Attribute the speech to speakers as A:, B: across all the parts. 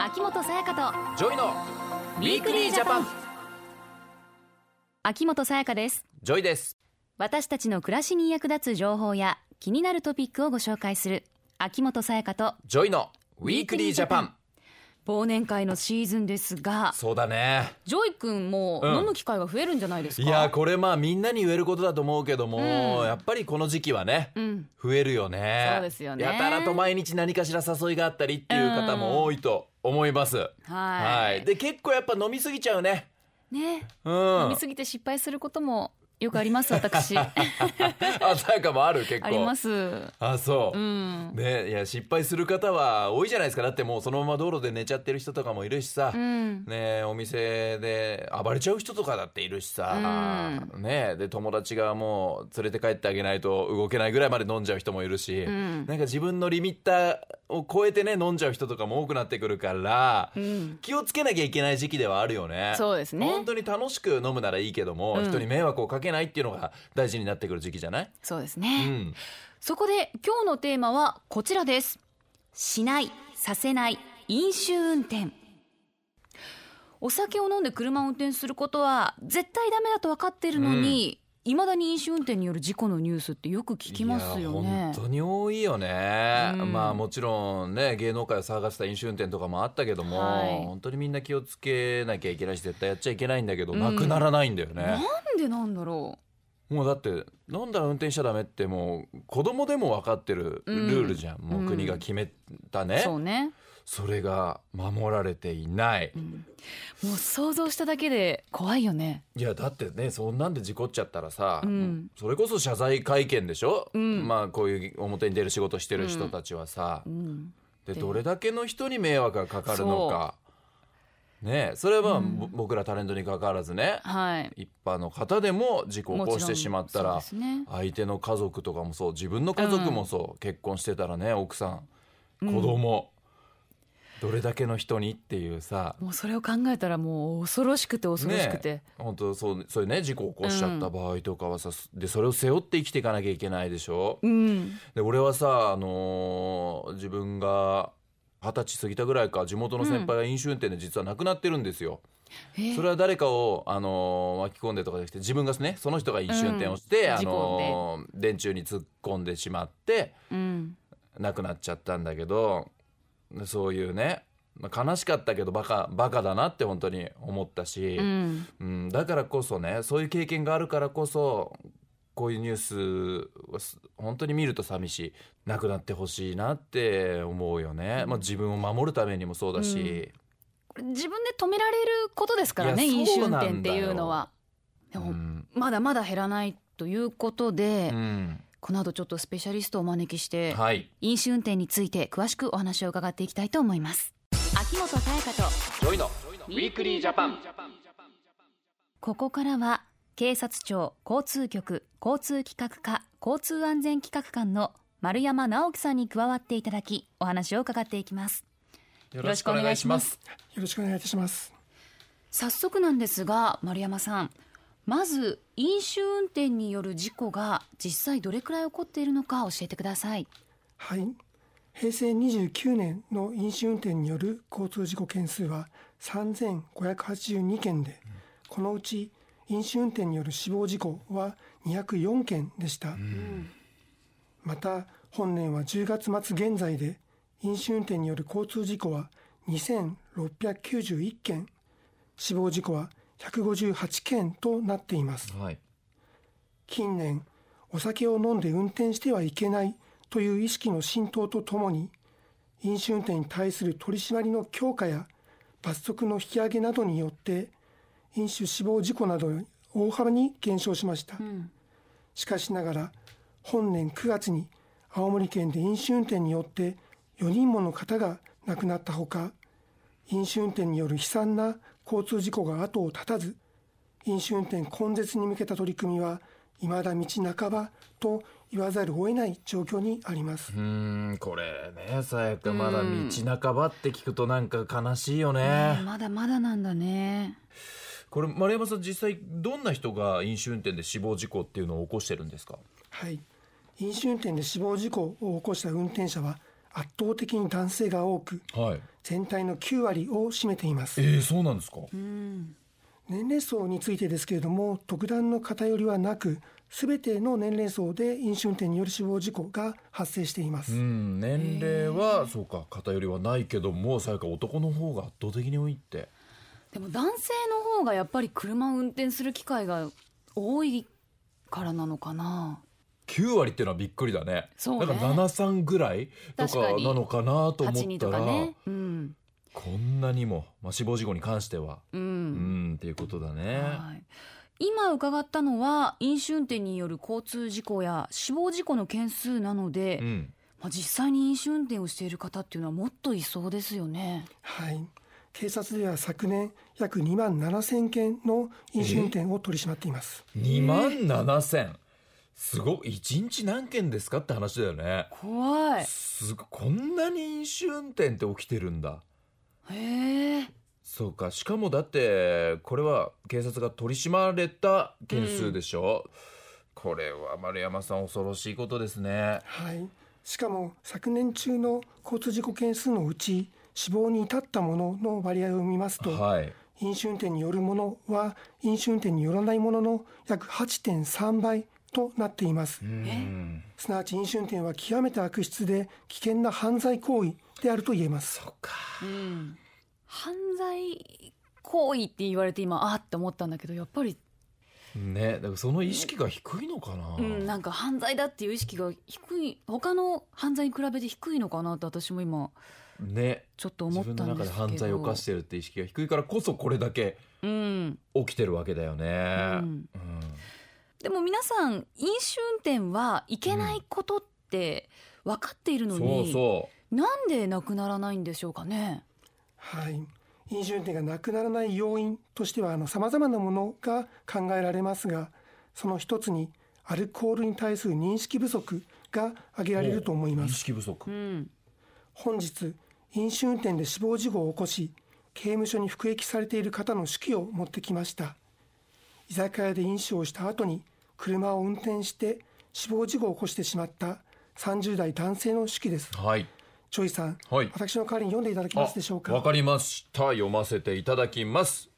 A: 秋元さやかと
B: ジョイのウィークリージャパン
A: 秋元さやかです
B: ジョイです
A: 私たちの暮らしに役立つ情報や気になるトピックをご紹介する秋元さやかと
B: ジョイのウィークリージャパン
A: 忘年会のシーズンですが
B: そうだね
A: ジョイ君も
B: うん
A: 飲む機会が増えるんじゃないですか、
B: いやこれまあみんなに言えることだと思うけども、やっぱりこの時期はね、
A: ん
B: 増えるよね
A: そうですよね
B: やたらと毎日何かしら誘いがあったりっていう方も多いと思います、
A: はい
B: で結構やっぱ飲みすぎちゃうね
A: ね、
B: うん
A: 飲みすぎて失敗することもよくあり ます私あ
B: あさやかもある結構
A: ります
B: あそう、
A: うん
B: ねいや失敗する方は多いじゃないですかだってもうそのまま道路で寝ちゃってる人とかもいるしさ、
A: うん
B: ねえお店で暴れちゃう人とかだっているしさ、ねえで友達がもう連れて帰ってあげないと動けないぐらいまで飲んじゃう人もいるし、
A: ん
B: なんか自分のリミッターを超えてね飲んじゃう人とかも多くなってくるから、
A: うん
B: 気をつけなきゃいけない時期ではあるよね。
A: そうですね
B: 本当に楽しく飲むならいいけども、
A: うん
B: 人に迷惑をかけないっていうのが大事になってくる時期じゃない、
A: そうです
B: う
A: ね、
B: ん、
A: そこで今日のテーマはこちらですしないさせない飲酒運転お酒を飲んで車を運転することは絶対ダメだと分かってるのに、いまだに飲酒運転による事故のニュースってよく聞きますよ
B: いや
A: ね
B: 本当に多いよね、
A: うん
B: まあもちろんね芸能界を騒がせた飲酒運転とかもあったけども、
A: はい
B: 本当にみんな気をつけなきゃいけないし絶対やっちゃいけないんだけど、
A: うん
B: なくならないんだよ
A: なん
B: ね
A: でなんだろ
B: もうだって飲んだら運転しちゃダメってもう子供でも分かってる
A: うん
B: ルールじゃん、もううん国が決めた
A: う
B: ね、
A: そうね
B: それが守られていない、
A: もう想像しただけで怖いよね
B: いやだってねそんなんで事故っちゃったらさ、
A: うん
B: それこそ謝罪会見でしょ、
A: うん
B: まあこういう表に出る仕事してる人たちはさ、
A: うん
B: で
A: で
B: どれだけの人に迷惑がかかるのかねえそれはまあぼ僕らタレントに関わらずね、
A: はい
B: 一般の方でも事故を
A: も
B: 起こ
A: ち
B: し
A: ろ
B: て
A: ん
B: しまったら、
A: そうですね
B: 相手の家族とかもそう自分の家族もそう、結婚してたらね奥さん子供、どれだけの人にっていうさ
A: もうそれを考えたらもう恐ろしくて恐ろしくて、
B: ねえ本当そうそういうね事故を起こしちゃった場合とかはさ、でそれを背負って生きていかなきゃいけないでしょ、
A: うん
B: で俺はさ、あのー自分が二十歳過ぎたぐらいか地元の先輩が飲酒運転で実は亡くなってるんですよ、
A: えー
B: それは誰かを、あのー巻き込んでとかじゃなくて自分がねその人が飲酒運転をして、
A: うん
B: あのー電柱に突っ込んでしまって
A: うん
B: 亡くなっちゃったんだけどそういうねまあ悲しかったけどバカバカだなって本当に思ったし、
A: うん
B: うん、だからこそねそういう経験があるからこそこういうニュースをす本当に見ると寂しいなくなってほしいなって思うよね、まあ、自分を守るためにもそうだし、
A: これ自分で止められることですからね
B: いや
A: 飲酒運転っていうのは
B: う
A: でも、
B: ん
A: まだまだ減らないということで、
B: うん
A: この後ちょっとスペシャリストをお招きして、
B: はい
A: 飲酒運転について詳しくお話を伺っていきたいと思います秋元彩香と
B: ジョイのウィークリージャパン
A: ここからは警察庁交通局交通企画課交通安全企画官の丸山直樹さんに加わっていただきお話を伺っていきます
B: よ
A: ろしくお願いします
C: よろしくお願いいたします。
A: 早速なんですが丸山さんまず飲酒運転による事故が実際どれくらい起こっているのか教えてください
C: はい。平成29年の飲酒運転による交通事故件数は3582件で、このうち飲酒運転による死亡事故は204件でした。また本年は10月末現在で飲酒運転による交通事故は2691件、死亡事故は158件となっています。
B: はい
C: 近年お酒を飲んで運転してはいけないという意識の浸透とともに飲酒運転に対する取り締まりの強化や罰則の引き上げなどによって飲酒死亡事故など大幅に減少しました、しかしながら本年9月に青森県で飲酒運転によって4人もの方が亡くなったほか飲酒運転による悲惨な交通事故が後を絶たず飲酒運転根絶に向けた取り組みは未だ道半ばと言わざるを得ない状況にあります
B: う、ーんこれねさやかまだ道半ばって聞くとなんか悲しいよね、
A: まだまだなんだね
B: これ丸山さん実際どんな人が飲酒運転で死亡事故っていうのを起こしてるんですか
C: はい飲酒運転で死亡事故を起こした運転者は圧倒的に男性が多く
B: はい。
C: 全体の9割を占めています
B: ええそうなんですか。
A: うん
C: 年齢層についてですけれども特段の偏りはなく全ての年齢層で飲酒運転による死亡事故が発生していま
B: う
C: す、
B: ん、年齢はそうか偏りはないけどもさやか男の方が圧倒的に多いって
A: でも男性の方がやっぱり車を運転する機会が多いからなのかな
B: 9割っていうのはびっくりだね
A: そう
B: な
A: ね
B: んか73ぐらいと
A: 確
B: か
A: かに
B: なのかなと思
A: 82
B: った
A: と
B: ら、
A: かねうん
B: こんなにも、まあ、死亡事故に関しては
A: う
B: うん
A: ん、
B: っていうことだね
A: はい今伺ったのは飲酒運転による交通事故や死亡事故の件数なので、
B: うん
A: まあ、実際に飲酒運転をしている方っていうのはもっといそうですよね。
C: はい警察では昨年約2万7000件の飲酒運転を取り締まっています
B: 2万7000すごい1日何件ですかって話だよね
A: 怖い。
B: すごいこんなに飲酒運転って起きてるんだ
A: へえ。
B: そうかしかもだってこれは警察が取り締まれた件数でしょ、これは丸山さん恐ろしいことですね
C: はいしかも昨年中の交通事故件数のうち死亡に至ったものの割合を見ますと、
B: はい
C: 飲酒運転によるものは飲酒運転によらないものの約8.3倍となっています
B: うん
C: すなわち飲酒運転は極めて悪質で危険な犯罪行為であると言えます
B: そっか
A: うん。犯罪行為って言われて今あーって思ったんだけどやっぱり、
B: ねだからその意識が低いのかな、
A: うん、なんか犯罪だっていう意識が低い他の犯罪に比べて低いのかなって私も今
B: ね
A: ちょっと思
B: 自
A: ったん
B: 分
A: です
B: の
A: けど
B: 中で犯罪を犯してるって意識が低いからこそこれだけ
A: うん、
B: 起きてるわけだよね、
A: うん
B: うん
A: でも皆さん飲酒運転はいけないことって分かっているのに、
B: そうそ
A: なんでなくならないんでしょうかね
C: はい飲酒運転がなくならない要因としてはさまざまなものが考えられますがその一つにアルコールに対する認識不足が挙げ
B: う
C: られると思いま
B: 意
C: す
B: 識不足、
A: うん
C: 本日飲酒運転で死亡事故を起こし刑務所に服役されている方の手記を持ってきました居酒屋で飲酒をした後に車を運転して死亡事故を起こしてしまった30代男性の手記です
B: はい
C: ジョイさん、
B: はい
C: 私の代わりに読んでいただけますでしょうか
B: あわかりました読ませていただきます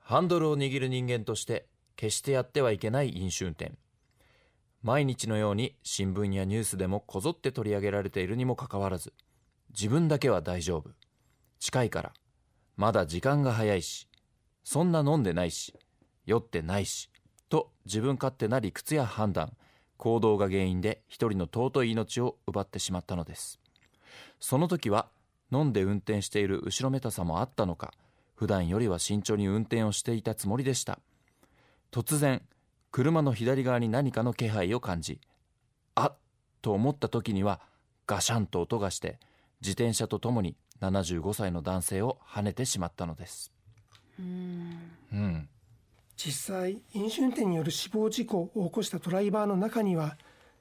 B: ハンドルを握る人間として決してやってはいけない飲酒運転毎日のように新聞やニュースでもこぞって取り上げられているにもかかわらず自分だけは大丈夫近いからまだ時間が早いしそんな飲んでないし酔ってないしと自分勝手な理屈や判断行動が原因で一人の尊い命を奪ってしまったのですその時は飲んで運転している後ろめたさもあったのか普段よりは慎重に運転をしていたつもりでした突然車の左側に何かの気配を感じあっと思った時にはガシャンと音がして自転車とともに75歳の男性をはねてしまったのですうん
C: 実際飲酒運転による死亡事故を起こしたドライバーの中には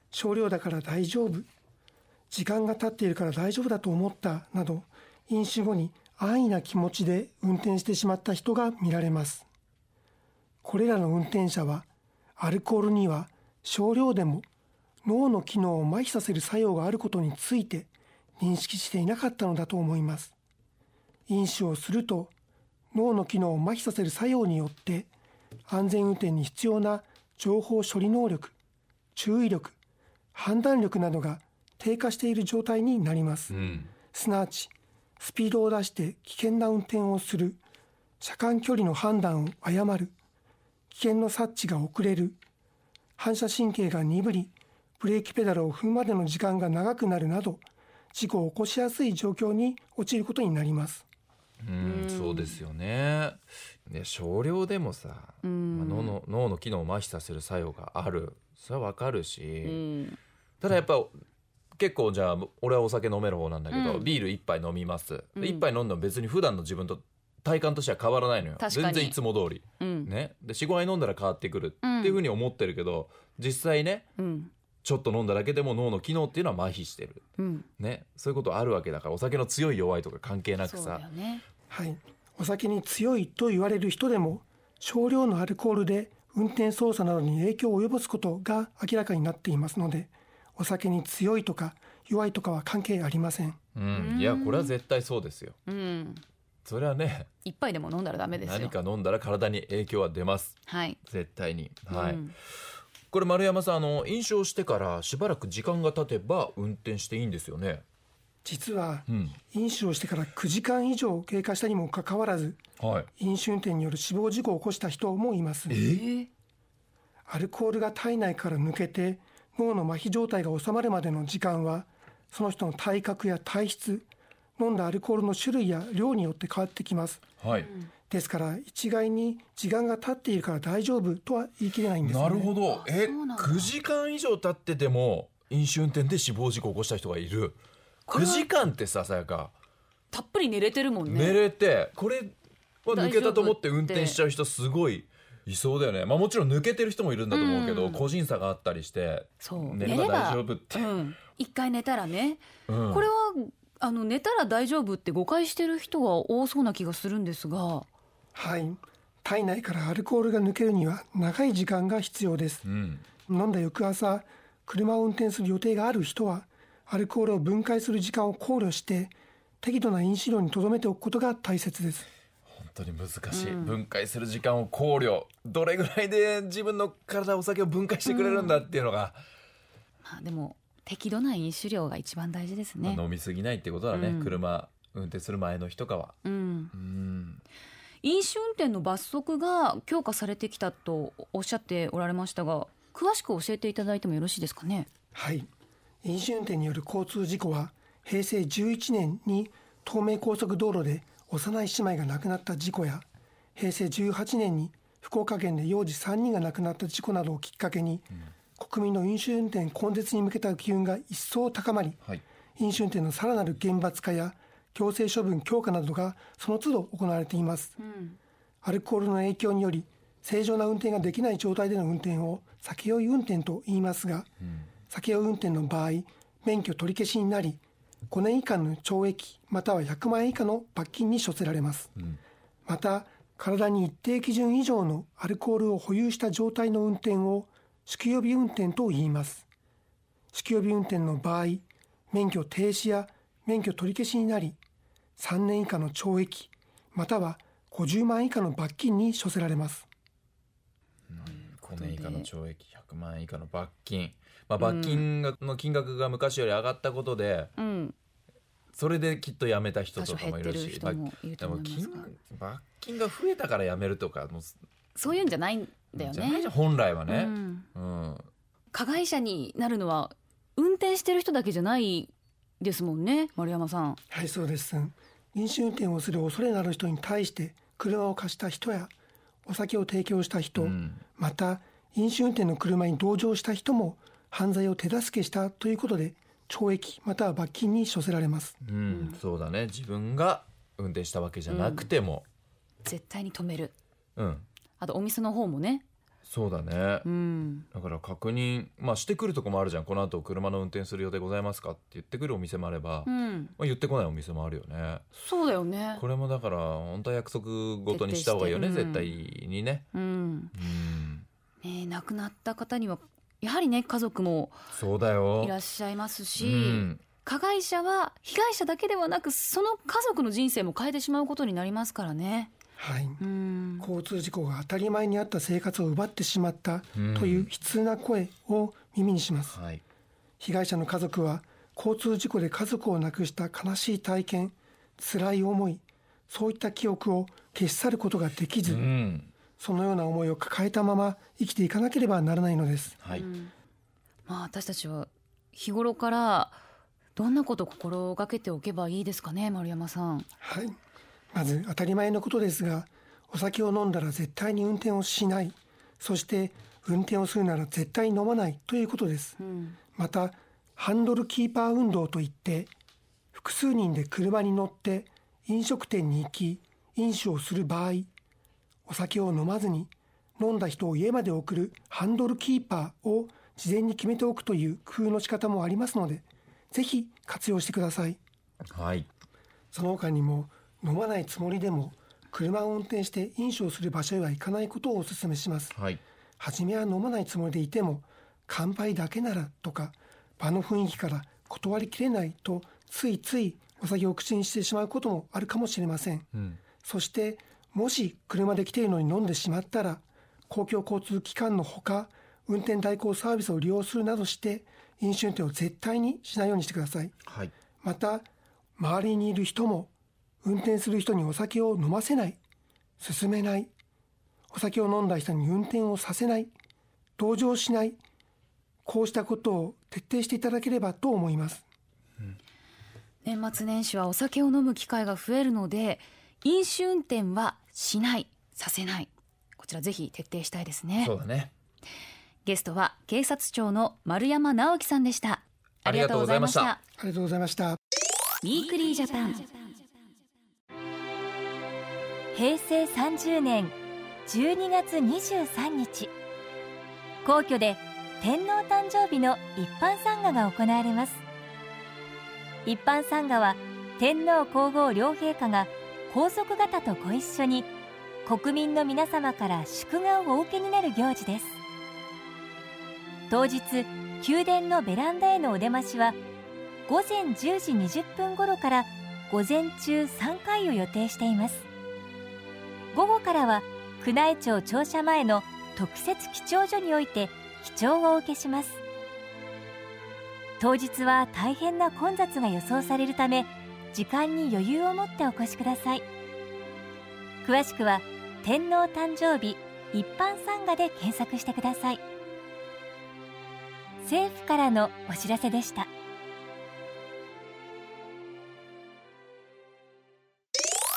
C: 少量だから大丈夫時間が経っているから大丈夫だと思ったなど飲酒後に安易な気持ちで運転してしまった人が見られますこれらの運転者はアルコールには少量でも脳の機能を麻痺させる作用があることについて認識していなかったのだと思います飲酒をすると脳の機能を麻痺させる作用によって安全運転に必要な情報処理能力注意力判断力などが低下している状態になります、
B: ん
C: すなわちスピードを出して危険な運転をする車間距離の判断を誤る危険の察知が遅れる反射神経が鈍りブレーキペダルを踏むまでの時間が長くなるなど事故を起こしやすい状況に陥ることになります
B: うんそうですよねね少量でもさ、まあ脳の脳の機能を麻痺させる作用があるそれはわかるし、
A: うん
B: ただやっぱ結構じゃあ俺はお酒飲める方なんだけど、
A: うん
B: ビール一杯飲みます、
A: ん
B: で一杯飲んでも別に普段の自分と体感としては変わらないのよ
A: 確かに
B: 全然いつも通り、
A: うん
B: ね、で45杯飲んだら変わってくるっていうふうに思ってるけど、実際ね
A: うん
B: ちょっと飲んだだけでも脳の機能っていうのは麻痺してる、
A: うん
B: ね、そういうことあるわけだからお酒の強い弱いとか関係なく
A: そうだ
B: さ
A: よね
C: はい、お酒に強いと言われる人でも少量のアルコールで運転操作などに影響を及ぼすことが明らかになっていますのでお酒に強いとか弱いとかは関係ありません
B: うん、いやこれは絶対そうですよ
A: うん、
B: それはね
A: 一杯でも飲んだらダメです
B: 何
A: よ。
B: か飲んだら体に影響は出ます
A: はい。
B: 絶対にはい、
A: うん
B: これ丸山さんあの飲酒をしてからしばらく時間が経てば運転していいんですよね
C: 実は
B: うん
C: 飲酒をしてから9時間以上経過したにもかかわらず
B: はい
C: 飲酒運転による死亡事故を起こした人もいます
A: え
C: アルコールが体内から抜けて脳の麻痺状態が収まるまでの時間はその人の体格や体質飲んだアルコールの種類や量によって変わってきます
B: はい、
C: ですから一概に時間が経っているから大丈夫とは言い切れないんです、ね、
B: なるほどえ
A: そうなんだ
B: 9時間以上経ってても飲酒運転で死亡事故を起こした人がいる
A: こ
B: 9
A: れは
B: 時間ってささやか
A: たっぷり寝れてるもんね。
B: 寝れてこれは抜けたと思っ
A: 大丈夫って
B: て運転しちゃう人すごいいそうだよねまあもちろん抜けてる人もいるんだと思うけど、
A: うん
B: 個人差があったりして
A: そう
B: 寝れば
A: 寝れば
B: 大丈夫って、
A: うん。一回寝たらね。
B: うん
A: これはあの寝たら大丈夫って誤解してる人が多そうな気がするんですが。
C: はい体内からアルコールが抜けるには長い時間が必要です
B: うん
C: 飲んだ翌朝車を運転する予定がある人はアルコールを分解する時間を考慮して適度な飲酒量にとどめておくことが大切です
B: 本当に難しい、分解する時間を考慮どれぐらいで自分の体お酒を分解してくれるんだっていうのが、
A: まあでも適度な飲酒量が一番大事ですね
B: まあ。飲み過ぎないってことだね、
A: うん
B: 車運転する前の日とかは
A: うん。
B: うん
A: 飲酒運転の罰則が強化されてきたとおっしゃっておられましたが詳しく教えていただいてもよろしいですかね
C: はい飲酒運転による交通事故は平成11年に東名高速道路で幼い姉妹が亡くなった事故や平成18年に福岡県で幼児3人が亡くなった事故などをきっかけに、国民の飲酒運転根絶に向けた機運が一層高まり
B: はい
C: 飲酒運転のさらなる厳罰化や強制処分強化などがその都度行われています、アルコールの影響により正常な運転ができない状態での運転を酒酔い運転と言いますが、酒酔い運転の場合免許取り消しになり5年以下の懲役または100万円以下の罰金に処せられます、また体に一定基準以上のアルコールを保有した状態の運転を酒気帯び運転と言います酒気帯び運転の場合免許停止や免許取り消しになり3年以下の懲役または50万円以下の罰金に処せられます
B: 5年以下の懲役100万円以下の罰金、まあ、罰金がの金額が昔より上がったことで
A: うん
B: それできっと辞めた人
A: 多
B: と
A: 少減
B: かも
A: っ
B: い
A: て
B: る
A: る
B: し
A: 人もいる
B: で
A: と思
B: も
A: いま
B: 金
A: すが
B: 罰金が増えたから辞めるとかの
A: そういうんじゃないんだよ
B: じゃない
A: ね
B: じゃん本来は
A: う
B: ね、
A: ん
B: うん
A: 加害者になるのは運転してる人だけじゃないですもんね丸山さん
C: はいそうです飲酒運転をする恐れのある人に対して車を貸した人やお酒を提供した人、
B: うん
C: また飲酒運転の車に同乗した人も犯罪を手助けしたということで懲役または罰金に処せられます
B: うんそうだね自分が運転したわけじゃなくても、
A: 絶対に止める
B: うん
A: あとお店の方もね
B: そうだね、
A: うん
B: だから確認、まあ、してくるとこもあるじゃんこの後車の運転する予定ございますかって言ってくるお店もあれば、
A: う
B: ま
A: ん
B: あ、言ってこないお店もあるよね
A: そうだよね
B: これもだから本当は約束ごとにした方がいいよね
A: 徹
B: 絶
A: 底
B: 対
A: し
B: にね
A: うん
B: うん
A: ねえ亡くなった方にはやはりね家族も
B: そうだよ
A: いらっしゃいますし、
B: うん
A: 加害者は被害者だけではなくその家族の人生も変えてしまうことになりますからね。
C: はい
A: うん
C: 交通事故が当たり前にあった生活を奪ってしまった
B: うん
C: という悲痛な声を耳にします
B: はい
C: 被害者の家族は交通事故で家族を亡くした悲しい体験辛い思いそういった記憶を消し去ることができず、
B: うん
C: そのような思いを抱えたまま生きていかなければならないのです
B: はい、
A: まあ私たちは日頃からどんなことを心がけておけばいいですかね丸山さん。
C: はいまず当たり前のことですがお酒を飲んだら絶対に運転をしないそして運転をするなら絶対飲まないということです
A: うん
C: またハンドルキーパー運動といって複数人で車に乗って飲食店に行き飲酒をする場合お酒を飲まずに飲んだ人を家まで送るハンドルキーパーを事前に決めておくという工夫の仕方もありますのでぜひ活用してください
B: はい
C: その他にも飲まないつもりでも車を運転して飲酒をする場所へは行かないことをお勧めします
B: はい
C: 初めは飲まないつもりでいても乾杯だけならとか場の雰囲気から断りきれないとついついお酒を口にしてしまうこともあるかもしれません
B: うん
C: そしてもし車で来ているのに飲んでしまったら公共交通機関のほか運転代行サービスを利用するなどして飲酒運転を絶対にしないようにしてください
B: はい
C: また周りにいる人も運転する人にお酒を飲ませない勧めないお酒を飲んだ人に運転をさせない同情しないこうしたことを徹底していただければと思います
A: 年末年始はお酒を飲む機会が増えるので飲酒運転はしないさせないこちらぜひ徹底したいですね
B: そうだね
A: ゲストは警察庁の丸山直樹さんでした
B: ありがとうございました
A: あ
C: ありがとうございました
A: りがとうございましたウィークリージャパン
D: 平成30年12月23日皇居で天皇誕生日の一般参賀が行われます一般参賀は天皇皇后両陛下が皇族方とご一緒に国民の皆様から祝賀をお受けになる行事です当日宮殿のベランダへのお出ましは午前10時20分頃から午前中3回を予定しています午後からは宮内庁庁舎前の特設記帳所において記帳をお受けします当日は大変な混雑が予想されるため時間に余裕を持ってお越しください詳しくは天皇誕生日一般参賀で検索してください政府からのお知らせでした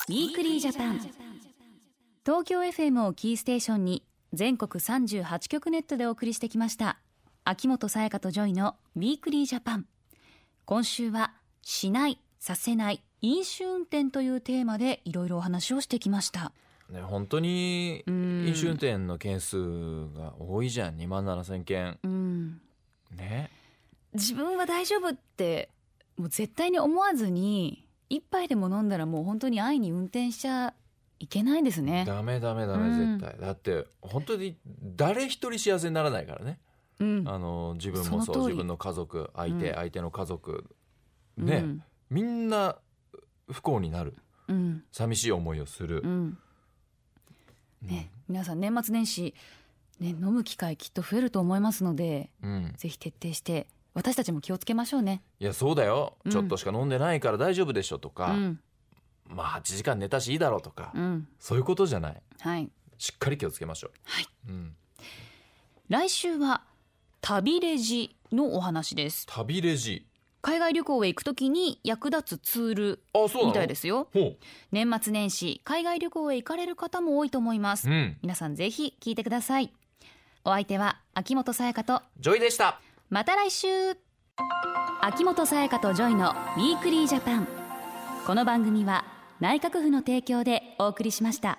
A: ウィークリージャパン東京 FM をキーステーションに全国38局ネットでお送りしてきました秋元才加とジョイのウィークリージャパン今週はしないさせない飲酒運転というテーマでいろいろお話をしてきました
B: ね本当に
A: うん
B: 飲酒運転の件数が多いじゃん2万7,000件
A: うん
B: ね
A: 自分は大丈夫ってもう絶対に思わずに一杯でも飲んだらもう本当に安易に運転しちゃいけないですね
B: ダメダメダメ
A: うん
B: 絶対、だって本当に誰一人幸せにならないからね、
A: うん
B: あの自分も
A: その通
B: そう
A: り
B: 自分の家族相手、
A: うん
B: 相手の家族
A: うん
B: ね、みんな不幸になる
A: うん
B: 寂しい思いをする、
A: うんね、皆さん年末年始、ね、飲む機会きっと増えると思いますので
B: うんうん
A: ぜひ徹底して私たちも気をつけましょうね。
B: いやそうだよ、
A: うん
B: ちょっとしか飲んでないから大丈夫でしょと
A: う
B: か、
A: ん、
B: まあ8時間寝たしいいだろうとか、
A: うん、
B: そういうことじゃない
A: はい。
B: しっかり気をつけましょう、
A: はい
B: うん、
A: 来週は旅レジのお話です。
B: 旅レジ
A: 海外旅行へ行くときに役立つツール
B: あそうなの
A: みたいですよ。
B: ほ
A: 年末年始海外旅行へ行かれる方も多いと思いま
B: う、
A: す
B: う。ん、
A: 皆さんぜひ聞いてください。お相手は秋元才加と
B: ジョイでした
A: また来週秋元才加とジョイの「ウィークリージャパン」この番組は内閣府の提供でお送りしました。